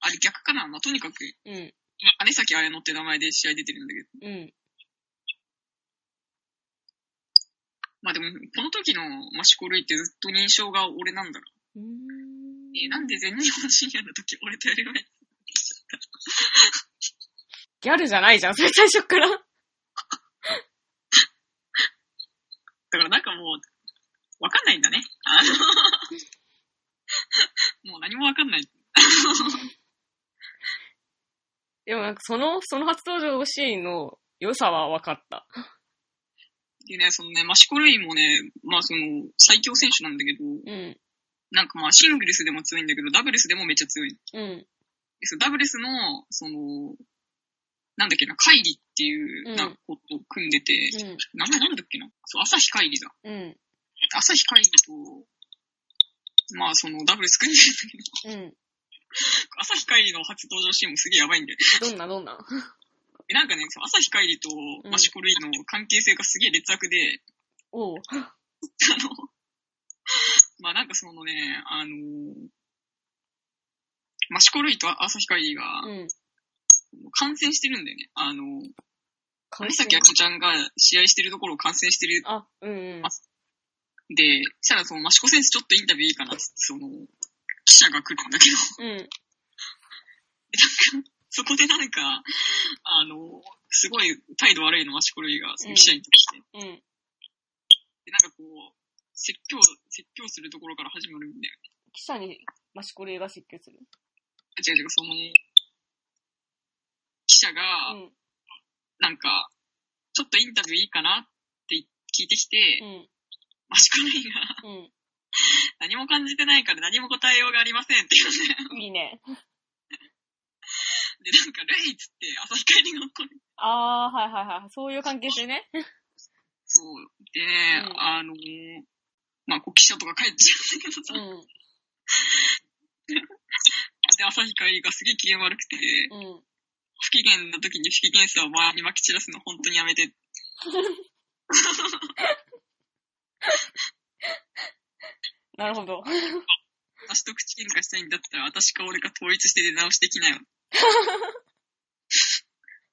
S1: あれ逆かなまあ、とにかく、
S2: うん。
S1: 姉崎綾乃って名前で試合出てるんだけど。
S2: うん。
S1: まあでも、この時のマシコルイってずっと認証が俺なんだろ
S2: うーん
S1: う。え、なんで全日本深夜の時俺とやる前に
S2: ギャルじゃないじゃん、それ最初から。
S1: だからなんかもう、わかんないんだね。あの もう何もわかんない。
S2: でもなんかその、その初登場シーンの良さは分かった。
S1: でね、そのね、マシコルイもね、まあその、最強選手なんだけど、
S2: うん。
S1: なんかまあシングルスでも強いんだけど、ダブルスでもめっちゃ強い。で
S2: うん。
S1: そのダブルスの、その、なんだっけな、カイリっていうう、
S2: ん
S1: なんかことを組んでて、名前なんだっけなそう、朝日カイリだ。
S2: うん。うん。
S1: 朝日カイリと、まあその、ダブルス組んでるんだけど、
S2: うん。
S1: 朝日カイリの初登場シーンもすげえやばいんだよ。
S2: どんなどんな
S1: えなんかね、そう朝日カイリと
S2: うん
S1: マシコルイの関係性がすげえ劣悪で、
S2: おう。
S1: あの、 まあなんかそのね、あのマシコルイと朝日カイリが
S2: うん。
S1: 感染してるんだよね。あの、
S2: 感
S1: 森崎あかちゃんが試合してるところを感染してる。
S2: あ、うんうん。
S1: で、そしたらそのマシコ選手ちょっとインタビューいいかなっつって、その、記者が来るんだけど、
S2: うん。
S1: そこでなんか、あの、すごい態度悪いの、マシコルイが、その記者に対して。
S2: うん。
S1: で、なんかこう、説教、説教するところから始まるんだよね。
S2: 記者にマシコレが説教する。
S1: あ違う違う、その、記者
S2: う
S1: が、
S2: ん。
S1: なんか、ちょっとインタビューいいかなって聞いてきて、
S2: うん。
S1: マシコルイが、
S2: うん。
S1: 何も感じてないから何も答えようがありませんって言うね。
S2: いいね。
S1: で、なんか、レイっつって、朝光が怒る。
S2: あー、はいはいはい。そういう関係性ね。
S1: そう。で、
S2: うん
S1: あのまあ、こう、記者とか帰っちゃうんだけどさ
S2: う、ん。
S1: で、朝光がすげえ機嫌悪くて、
S2: うん。
S1: 不機嫌な時に不機嫌さを周りに撒き散らすの本当にやめて。
S2: なるほど。
S1: 私と口喧嘩したいんだったら、私か俺か統一して出直してきなよ。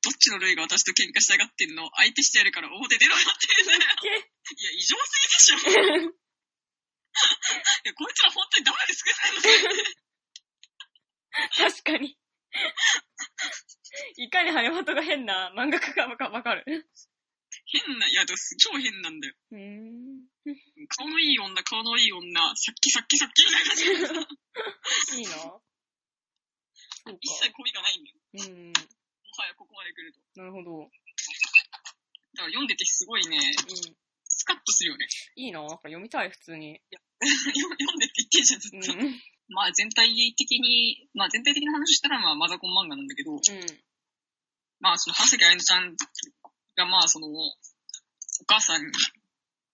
S1: どっちの類が私と喧嘩したがってんの相手してやるから表出ろよって言うんだよ。いや、異常すぎでしょ。いや、こいつら本当にダメですけどね。
S2: 確かに。いかに羽本が変な漫画家かわかわかる。
S1: 変な、いや、でも超変なんだよ。
S2: うーん。
S1: 顔のいい女、顔のいい女、さっきさっきさっきみたいな感じでさ
S2: いいな。そう
S1: 一切コミがないんだよ。
S2: か。うん。
S1: もはやここまで来ると。
S2: なるほど。うん。
S1: だから読んでてすごいね、スカッとす るよね。
S2: いいな。なんか読みたい、普通に。
S1: 読んでって言ってんじゃん、ず
S2: う
S1: っ
S2: ん。
S1: と。まあ全体的に、まあ全体的な話したらまあマザコン漫画なんだけど、まあその原崎彩乃ちゃんがまあその、お母さん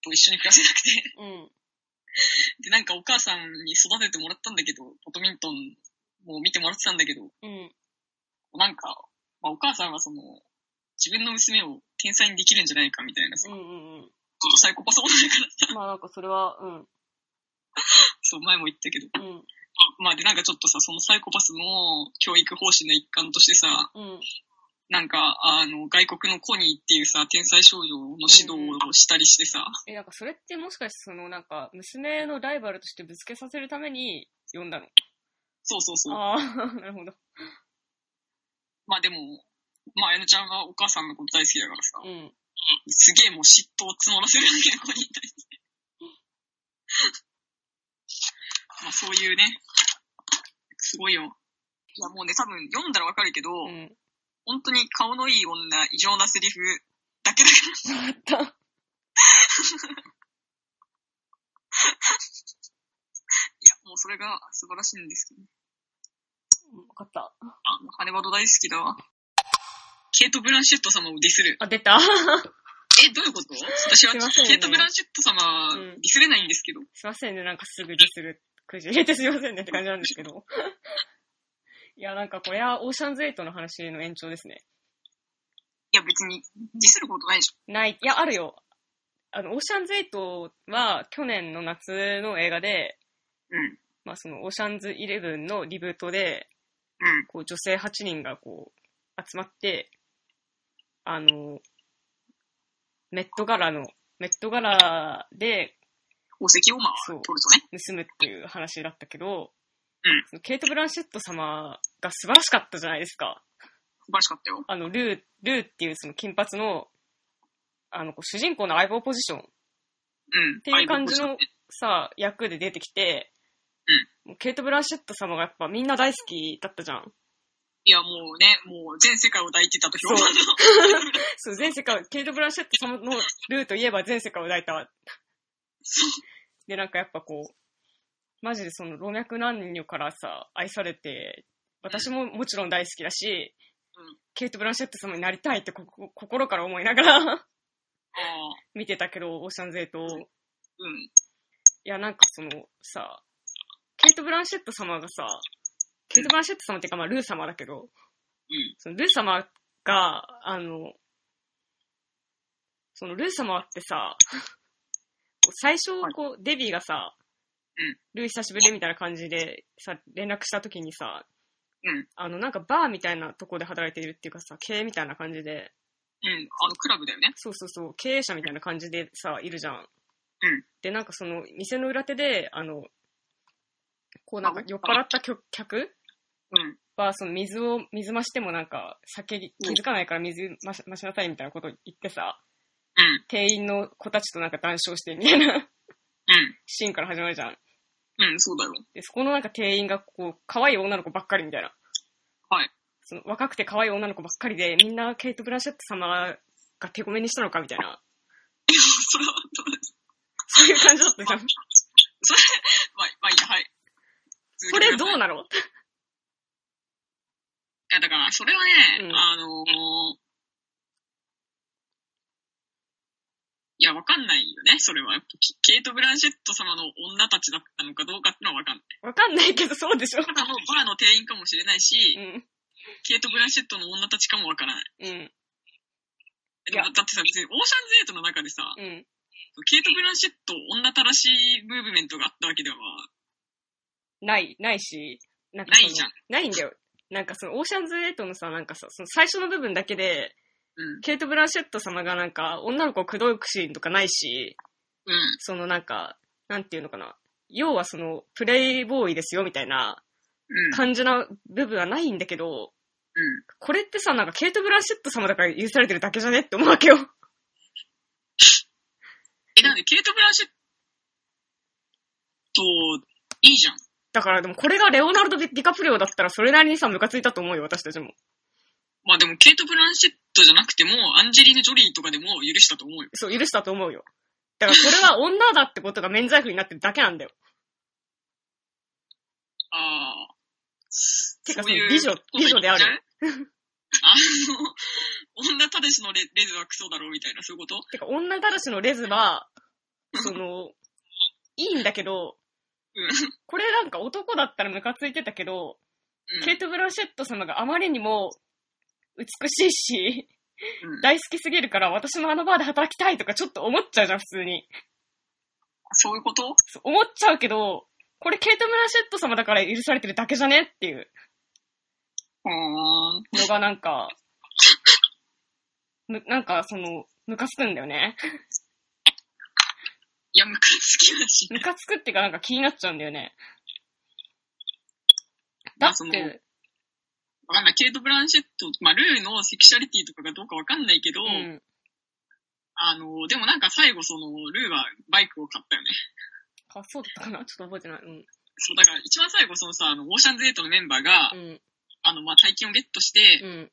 S1: と一緒に暮らせなくて、
S2: うん。うん。
S1: でなんかお母さんに育ててもらったんだけど、ポトミントンも見てもらってたんだけど、
S2: うん。
S1: なんか、まあお母さんはその、自分の娘を天才にできるんじゃないかみたいな、そ
S2: うん
S1: の
S2: うんう
S1: ち
S2: ん。
S1: ょっとサイコパス女だから さ、
S2: まあなんかそれは、うん。
S1: そう前も言ったけど、
S2: うん。
S1: まあでなんかちょっとさ、そのサイコパスの教育方針の一環としてさ、
S2: うん。
S1: なんか、あの、外国のコニーっていうさ、天才少女の指導をしたりしてさ、
S2: え、なんかそれってもしかしてそのなんか、娘のライバルとしてぶつけさせるために読んだの
S1: そうそうそう。
S2: ああ、 なるほど。
S1: まあでも、まあ、あやのちゃんはお母さんのこと大好きだからさ、
S2: うん。
S1: すげえもう嫉妬を募らせるわけよ、コニーに対して。 まあそういうね、すごいよ。いやもうね、多分読んだらわかるけど、
S2: うん。
S1: 本当に顔のいい女、異常なセリフだけだから、
S2: あった。
S1: いや、もうそれが素晴らしいんですけど、
S2: わかった。
S1: あの、羽バド大好きだわ。ケイト・ブランシェット様をディスる。
S2: あ、出た。
S1: え、どういうこと私は、
S2: すいませんね
S1: ケイト・ブランシェット様は
S2: うん
S1: ディスれないんですけど、
S2: すいませんね、なんかすぐにする。くじ入れてすいませんねって感じなんですけど。いや、なんかこれはオーシャンズ8の話の延長ですね。
S1: いや別にディスることないでしょ。
S2: ない、いや、あるよ。あの、オーシャンズ8は去年の夏の映画で、
S1: うん。
S2: まあそのオーシャンズ11のリブートで、
S1: うん。
S2: こう女性8人がこう集まって、あの、メットガラの、メットガラで
S1: 宝石をまあ、
S2: そう
S1: 取るとね。
S2: 盗むっていう話だったけど、
S1: うん
S2: そのケイト・ブランシェット様が素晴らしかったじゃないですか。
S1: 素晴らしかったよ。
S2: あの、ルー、ルーっていうその金髪の、あの、こう主人公の相棒ポジション
S1: うん。って
S2: いう感じのさ、役で出てきて、もうケイト・ブランシェット様がやっぱみんな大好きだったじゃん。
S1: いやもうね、もう全世界を抱いてたと評判の。
S2: そう、全世界を、ケイト・ブランシェット様のルーといえば全世界を抱 いた。で、なんかやっぱこう、マジでその老若男女からさ、愛されて、私ももちろん大好きだし、
S1: うん
S2: ケイト・ブランシェット様になりたいってここ心から思いながら
S1: ああ、
S2: 見てたけど、オーシャンズ8を。い
S1: うん。
S2: や、なんかそのさ、ケイト・ブランシェット様がさ、ケイト・ブランシェット様っていうか、まあ、ルー様だけど、
S1: うん。
S2: そのルー様が、あの、そのルー様ってさ、こう最初
S1: はい、
S2: こう、デビーがさ、
S1: うん
S2: ルー久しぶりみたいな感じでさ、連絡した時にさ、
S1: うん
S2: あの、なんかバーみたいなとこで働いているっていうかさ、経営みたいな感じで、
S1: うん。あの、クラブだよね。
S2: そうそうそう、経営者みたいな感じでさ、いるじゃん。
S1: うん
S2: で、なんかその、店の裏手で、あの、こうなんか酔っ払った客客
S1: うん。
S2: は、その水を、水増してもなんか、酒気づかないから水増し増しなさいみたいなこと言ってさ、
S1: うん、
S2: 店員の子たちとなんか談笑してみたいな
S1: う
S2: シーンから始まるじゃん。
S1: ん、うん、そうだよ。
S2: で、そこのなんか店員がこう、可愛い女の子ばっかりみたいな。
S1: はい。
S2: その若くて可愛い女の子ばっかりで、みんなケイト・ブランシェット様が手こめにしたのかみたいな。
S1: それはどうです
S2: そういう感じだったじゃん。
S1: それ、まあ、まあいいや、はい。
S2: これどうな
S1: い
S2: の
S1: や、だから、それはね、
S2: うん
S1: あのーいや、わかんないよね、それは。やっぱケケイト・ブランシェット様の女たちだったのかどうかってのはわかんない。
S2: わかんないけど、そうでしょ。
S1: ただのバーの店員かもしれないし
S2: う、ん。
S1: ケイト・ブランシェットの女たちかもわからない。
S2: うん。
S1: でもだってさ、別にオーシャンズ8の中でさ、
S2: うん。
S1: ケイト・ブランシェット女たらしいムーブメントがあったわけでは、
S2: ない、ないし、なんか
S1: ないじゃん。
S2: ないんだよ。なんかその、オーシャンズ8のさ、なんかさ、その最初の部分だけで、
S1: うん、
S2: ケイト・ブランシェット様がなんか、女の子を口説くシーンとかないし、
S1: うん、
S2: そのなんか、なんていうのかな。要はその、プレイボーイですよ、みたいな
S1: うん、
S2: 感じな部分はないんだけど、
S1: うん。
S2: これってさ、なんかケイト・ブランシェット様だから許されてるだけじゃねって思うわけよ。
S1: え、なんで、ケイト・ブランシェット、いいじゃん。
S2: だからでもこれがレオナルド・ディカプリオだったらそれなりにさ、ムカついたと思うよ、私たちも。
S1: まあでも、ケイト・ブランシェットじゃなくても、アンジェリーヌ・ジョリーとかでも許したと思うよ。
S2: そう、許したと思うよ。だからこれは女だってことが免罪符になってるだけなんだよ。
S1: ああ。
S2: てか
S1: そういう
S2: その美女
S1: こと言っちゃう
S2: 美女である。
S1: あの、女たれしのレレズはクソだろうみたいな、そういうこと
S2: てか、女だらしのレズは、その、いいんだけど
S1: うん、
S2: これなんか男だったらムカついてたけど、
S1: うん
S2: ケイト・ブランシェット様があまりにも美しいし、
S1: うん
S2: 大好きすぎるから私もあのバーで働きたいとかちょっと思っちゃうじゃん、普通に。
S1: そういうこと
S2: そう思っちゃうけど、これケイト・ブランシェット様だから許されてるだけじゃねっていう
S1: うーん。
S2: のがなんか、むなんかその、ムカつくんだよね。
S1: いや、ムカつきだし。
S2: ムカつくっていうかなんか気になっちゃうんだよね。
S1: ま
S2: だ
S1: あ
S2: っ
S1: その
S2: て、
S1: わかんない。ケイト・ブランシェット、まあ、ルーのセクシャリティとかがどうかわかんないけど、
S2: うん。
S1: あの、でもなんか最後、その、ルーはバイクを買ったよね。
S2: あ、そうだったかなちょっと覚えてない。うん。
S1: そう、だから一番最後、そのさ、あの、オーシャンズ8のメンバーが、
S2: うん。
S1: あの、まあ、大金をゲットして、
S2: うん。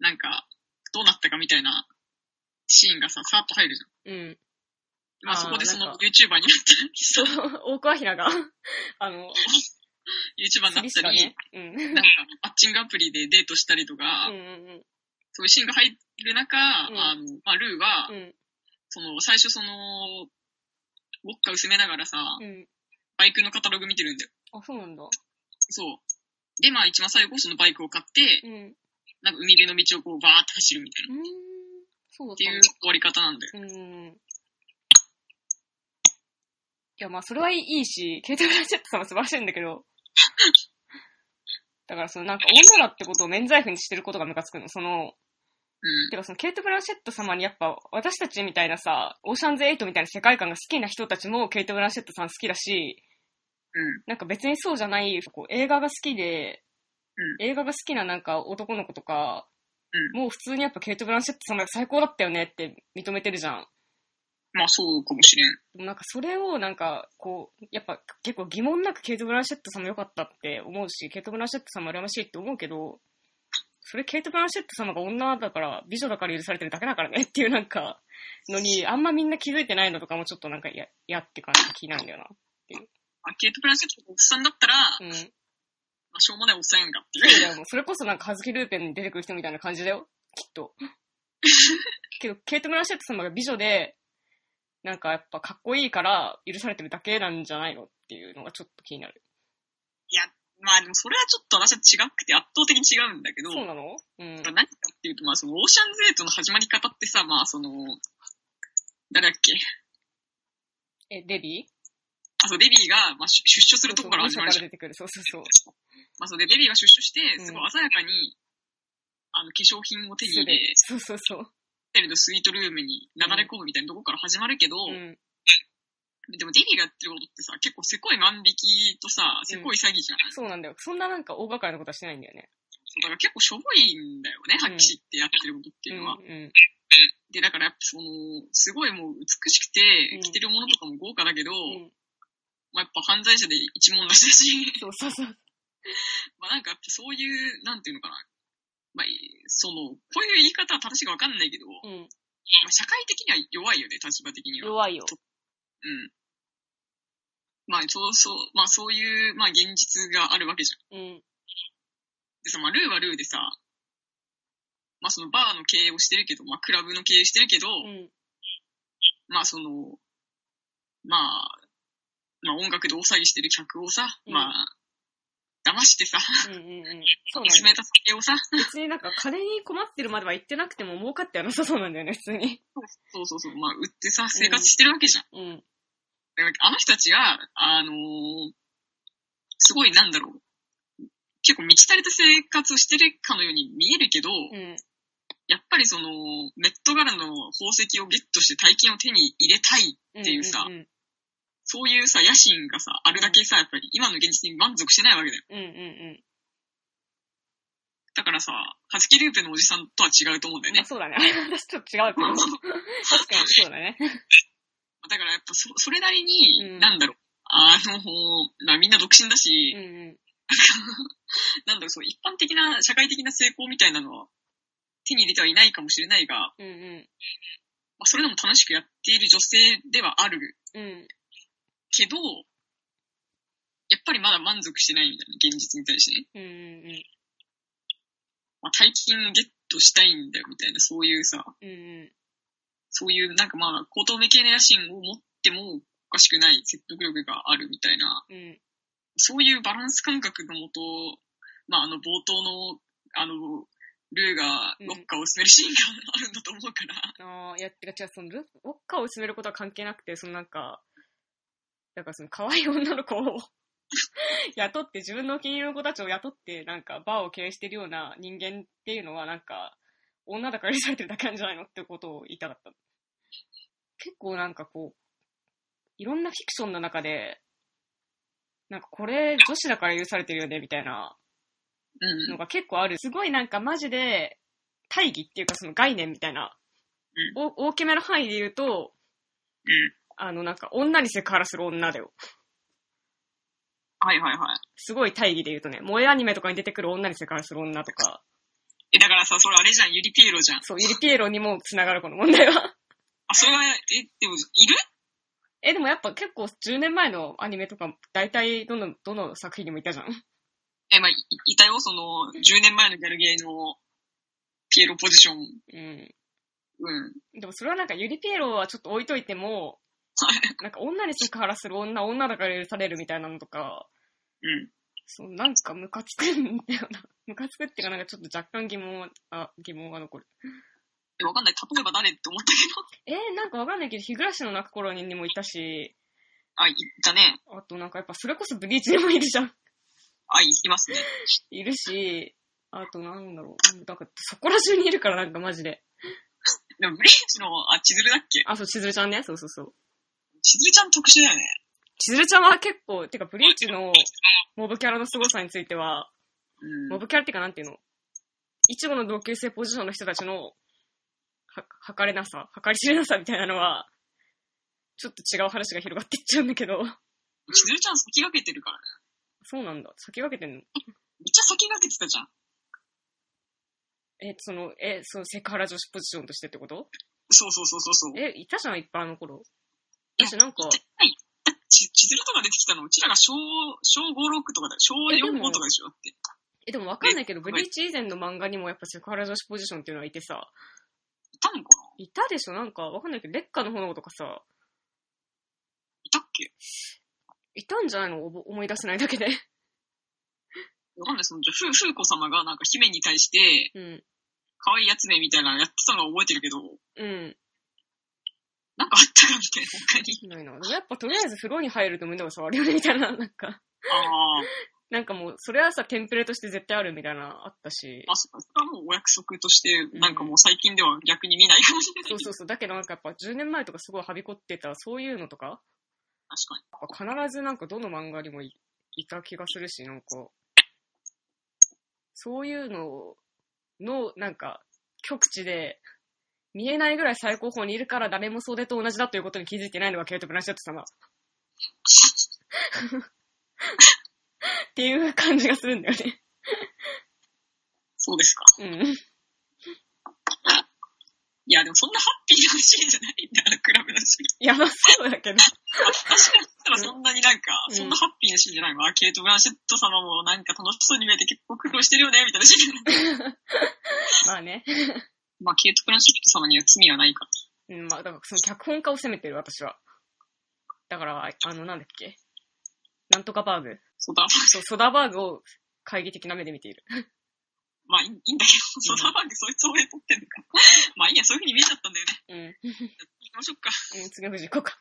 S1: なんか、どうなったかみたいなシーンがさ、さーっと入るじゃん。
S2: うん。
S1: まあ
S2: あー
S1: そこでその
S2: なん
S1: YouTuber になったり、そう、
S2: 大桑ひなが、あの、
S1: YouTuber になっ
S2: リス
S1: た
S2: が
S1: り、
S2: ね。うん。うん
S1: なんか、マッチングアプリでデートしたりとか、
S2: うん
S1: そういうシーンが入る中、
S2: ん
S1: あの、まあ、ルーは、
S2: うん。うん
S1: その、最初その、ウォッカ薄めながらさ、
S2: うん。
S1: バイクのカタログ見てるんだよ。
S2: あ、そうなんだ。
S1: そう。で、まあ一番最後、そのバイクを買って、
S2: うん。う
S1: なんか海辺の道をこうバーって走るみたいな。
S2: ーん。そうだっ
S1: っていう終わり方なんだよ。
S2: たんだ。うん。いや、まあ、それはいいし、ケイト・ブランシェット様素晴らしいんだけ ど、だから、その、なんか、女だってことを免罪符にしてることがムカつくの。その、
S1: うん。
S2: てかそのケイト・ブランシェット様にやっぱ私たちみたいなさ、オーシャンズ8みたいな世界観が好きな人たちもケイト・ブランシェットさん好きだし、
S1: うん。
S2: なんか別にそうじゃない、こう映画が好きで、映画が好きななんか男の子とか、
S1: う
S2: もう普通にやっぱケイト・ブランシェット様が最高だったよねって認めてるじゃん。
S1: まあそうかもしれん。
S2: でもなんかそれをなんかこう、やっぱ結構疑問なくケイト・ブランシェット様良かったって思うし、ケイト・ブランシェット様羨ましいって思うけど、それケイト・ブランシェット様が女だから、美女だから許されてるだけだからねっていうなんか、のに、あんまみんな気づいてないのとかもちょっとなんか嫌、嫌って感じ気になるんだよな。
S1: まあ、ケイト・ブランシェットのおっさんだったら、
S2: うん。そう
S1: まあ、しょうもないおっさんやんかっていう。
S2: だよ、もうそれこそなんか、ハズキ・ルーペンに出てくる人みたいな感じだよ。きっと。けど、ケイト・ブランシェット様が美女で、なんかやっぱかっこいいから許されてるだけなんじゃないのっていうのがちょっと気になる。
S1: まあでもそれはちょっと私は違くて圧倒的に違うんだけど、
S2: そうなのうん。
S1: 何かっていうと、まあそのオーシャンズ8の始まり方ってさ、まあその、誰だっけ
S2: え、デビー
S1: あ、そう、デビーが、まあ、出出所するとこから
S2: そう
S1: 始
S2: そう
S1: まるじゃん。
S2: 文章から出てくる。そうそ うそう。
S1: まあそうで、デビーが出所して、
S2: うん
S1: すごい鮮やかに、あの、化粧品を手に入れ、
S2: そうそうそう。
S1: ホテルのスイートルームに流れ込むみたいなとこから始まるけど、
S2: うん。
S1: でもデビがやってることってさ、結構せこい万引きとさ、せこい詐欺じゃない、
S2: そうなんだよ。そんななんか大掛かりなことはしないんだよね。
S1: そうだから結構しょぼいんだよね、
S2: う
S1: は
S2: ん
S1: っきり言ってやってることって
S2: う
S1: い
S2: ん
S1: うのは。
S2: うん。
S1: で、だからやっぱその、すごいもう美しくて
S2: うん、
S1: 着てるものとかも豪華だけど、
S2: うん
S1: まあやっぱ犯罪者で一問なしだし、
S2: そうそうそう。
S1: まあなんかやっぱそういう、なんていうのかな。まあ、その、こういう言い方は正しいかわかんないけど、
S2: うん。
S1: まあ、社会的には弱いよね、立場的には。
S2: 弱いよ。
S1: うん。まあ、そうそう、まあそういう、まあ現実があるわけじゃん。
S2: うん。
S1: でさ、まあルーはルーでさ、まあそのバーの経営をしてるけど、まあクラブの経営してるけど、
S2: うん。
S1: まあその、まあ、まあ音楽で大騒ぎしてる客をさ、
S2: うん
S1: まあ、騙してさ、
S2: うんうん うん。そうなん
S1: 決
S2: だ
S1: め
S2: よ。
S1: た酒をさ、
S2: 別になんか金に困ってるまでは言ってなくても儲かってはなさそうなんだよね、普通に。
S1: そうそうそう、まあ売ってさ、生活してるわけじゃん。
S2: うん。
S1: だからあの人たちが、あのーすごいなんだろう。結構満ち足りた生活をしてるかのように見えるけど、
S2: うん。
S1: やっぱりその、メット柄の宝石をゲットして大金を手に入れたい。っていうさ
S2: ん
S1: そういうさ、野心がさ、あるだけさ、やっぱり今の現実に満足してないわけだよ。
S2: うんうんうん
S1: だからさ、ハジキルーペのおじさんとは違うと思うんだ
S2: う
S1: よね。
S2: ん。まあそうだね。 私ちょっと違うけど。確かにそうだね。
S1: だからやっぱそ、それなりに、
S2: うん
S1: なんだろう。あの、まあ、みんな独身だし、
S2: うんうん。
S1: なんだろう、そう、一般的な社会的な成功みたいなのは手に入れてはいないかもしれないが、
S2: うんうん。
S1: まあ、それでも楽しくやっている女性ではある
S2: うん。
S1: けど、やっぱりまだ満足してないみたいな、現実に対してね。
S2: うんうんうん。
S1: まあ、大金をゲットしたいんだよみたいな、そういうさ、
S2: うんうん。
S1: そういうなんかまあ、高等無形な野心を持ってもおかしくない説得力があるみたいな、
S2: うん。
S1: そういうバランス感覚のもと、まあ、あの冒頭の、あの、ルーが
S2: うん
S1: ロッカーを進めるシーンがあるんだと思うから、
S2: ああ、いや、てか違う、その、ルウォッカを薄めることは関係なくて、そのなんか、だからその、可愛い女の子を 雇って、自分のお気に入りの子たちを雇って、なんか、バーを経営してるような人間っていうのは、なんか、女だから許されてるだけなんじゃないのってことを言いたかった。結構なんかこう、いろんなフィクションの中で、なんかこれ女子だから許されてるよね、みたいな
S1: うん。
S2: のが結構ある。すごいなんかマジで、大義っていうかその概念みたいな、お大きめの範囲で言うと、
S1: うん。
S2: あのなんか女にセクハラする女だよ。
S1: はいはいはい。
S2: すごい大義で言うとね、萌えアニメとかに出てくる女にセクハラする女とか、
S1: え、だからさ、それあれじゃん、ユリピエロじゃん。
S2: そう、ユリピエロにも繋がるこの問題は。
S1: あ、それは、え、でも、いる
S2: え、でもやっぱ結構10年前のアニメとか、大体どの、どの作品にもいたじゃん。
S1: え、まあ、いいたよ、その、10年前のギャルゲーのピエロポジション。
S2: うん。
S1: うん。
S2: でもそれはなんかユリピエロはちょっと置いといても、なんか女にセクハラする女、女だから許されるみたいなのとか、
S1: うん。
S2: そう、なんかムカつくんだよな。 ムカつくっていうか、なんかちょっと若干疑問は、あ、疑問が残る。
S1: えわかんない。例えば誰って思ったけど。
S2: えー、なんかわかんないけど、日暮らしの泣く頃にもいたし、
S1: あ、いたね。
S2: あとなんかやっぱそれこそブリーチでもいるじゃん。
S1: あ、いいますね。
S2: いるし、あとなんだろう。なんかそこら中にいるからなんかマジで。
S1: でも、ブリーチの、あ、千鶴だっけ
S2: あ、そう、しずるちゃんね。そうそうそう。
S1: 千鶴ちゃん特殊だよね。
S2: しずるちゃんは結構、てかブリーチのモブキャラの凄さについては、
S1: う
S2: モ
S1: ん。
S2: ブキャラっていうかなんていうの一応の同級生ポジションの人たちの、は、測れなさ、測り知れなさみたいなのは、ちょっと違う話が広がっていっちゃうんだけど、
S1: 千鶴ちゃん先駆けてるからね。
S2: そうなんだ。先駆けてんの
S1: めっちゃ先駆けてたじゃん。
S2: え、その、え、そのセクハラ女子ポジションとしてってこと
S1: そうそうそうそうそう。
S2: え、いたじゃん、いっぱいあの頃。
S1: いや
S2: 私なんか、
S1: はい。だってち千鶴とか出てきたの、うちらが小、小5、6とかだよ。小
S2: えでも
S1: 4、5とかでしょだって。
S2: え、でもわかんないけど、ブリーチ以前の漫画にもやっぱセクハラ女子ポジションっていうのはいてさ、
S1: いたのかない
S2: たでしょなんかわかんないけど、劣化の炎とかさ、
S1: いたっけ
S2: いたんじゃないのおぼ思い出せないだけで。
S1: わかんない。その、じゃあ、ふう、ふうこ様がなんか姫に対して、
S2: うん。
S1: 可愛いやつめみたいなのやってたのは覚えてるけど、
S2: うん。
S1: なんかあったかみたいな、他 に。
S2: ないな。でもやっぱとりあえず風呂に入ると胸が触るよねみたいな、なんか。
S1: ああ、
S2: なんかもう、それはさ、テンプレとして絶対あるみたいな、あったし
S1: ま。あ、そそれはもうお約束として、
S2: うん
S1: なんかもう最近では逆に見ないかもしれない
S2: そう
S1: け
S2: そ
S1: ど。
S2: うそう。だけどなんかやっぱ10年前とかすごいはびこってた、そういうのとか
S1: 確かに。
S2: 必ずなんかどの漫画にもいいた気がするし、なんか、そういうのの、なんか、極地で、見えないぐらい最高峰にいるから誰もそれと同じだということに気づいてないのがケイト・ブランシャット様。っていう感じがするんだよね。
S1: そうですか。
S2: うん。
S1: いや、でもそんなハッピーなシーンじゃないんだから、クラブのシーン。
S2: いやばそうだけど。
S1: 私からしたらそんなになんか、
S2: うん
S1: そんなハッピーなシーンじゃないわ。ケイト・ブランシェット様もなんか楽しそうに見えて結構苦労してるよね、みたいなシーンじゃない。
S2: まあね。
S1: まあ、ケイト・ブランシェット様には罪はないから。
S2: うん、まあ、だからその脚本家を責めてる、私は。だから、あの、なんだっけ。なんとかバーグ。
S1: そうだ。
S2: そう、ソダバーグを懐疑的な目で見ている。
S1: まあいい、いいんだけど、ソダバンクそいつ俺撮ってんのか。まあいいや、そういう風に見えちゃったんだよね。
S2: うん。
S1: 行きましょうか。
S2: うん、次の富士行こうか。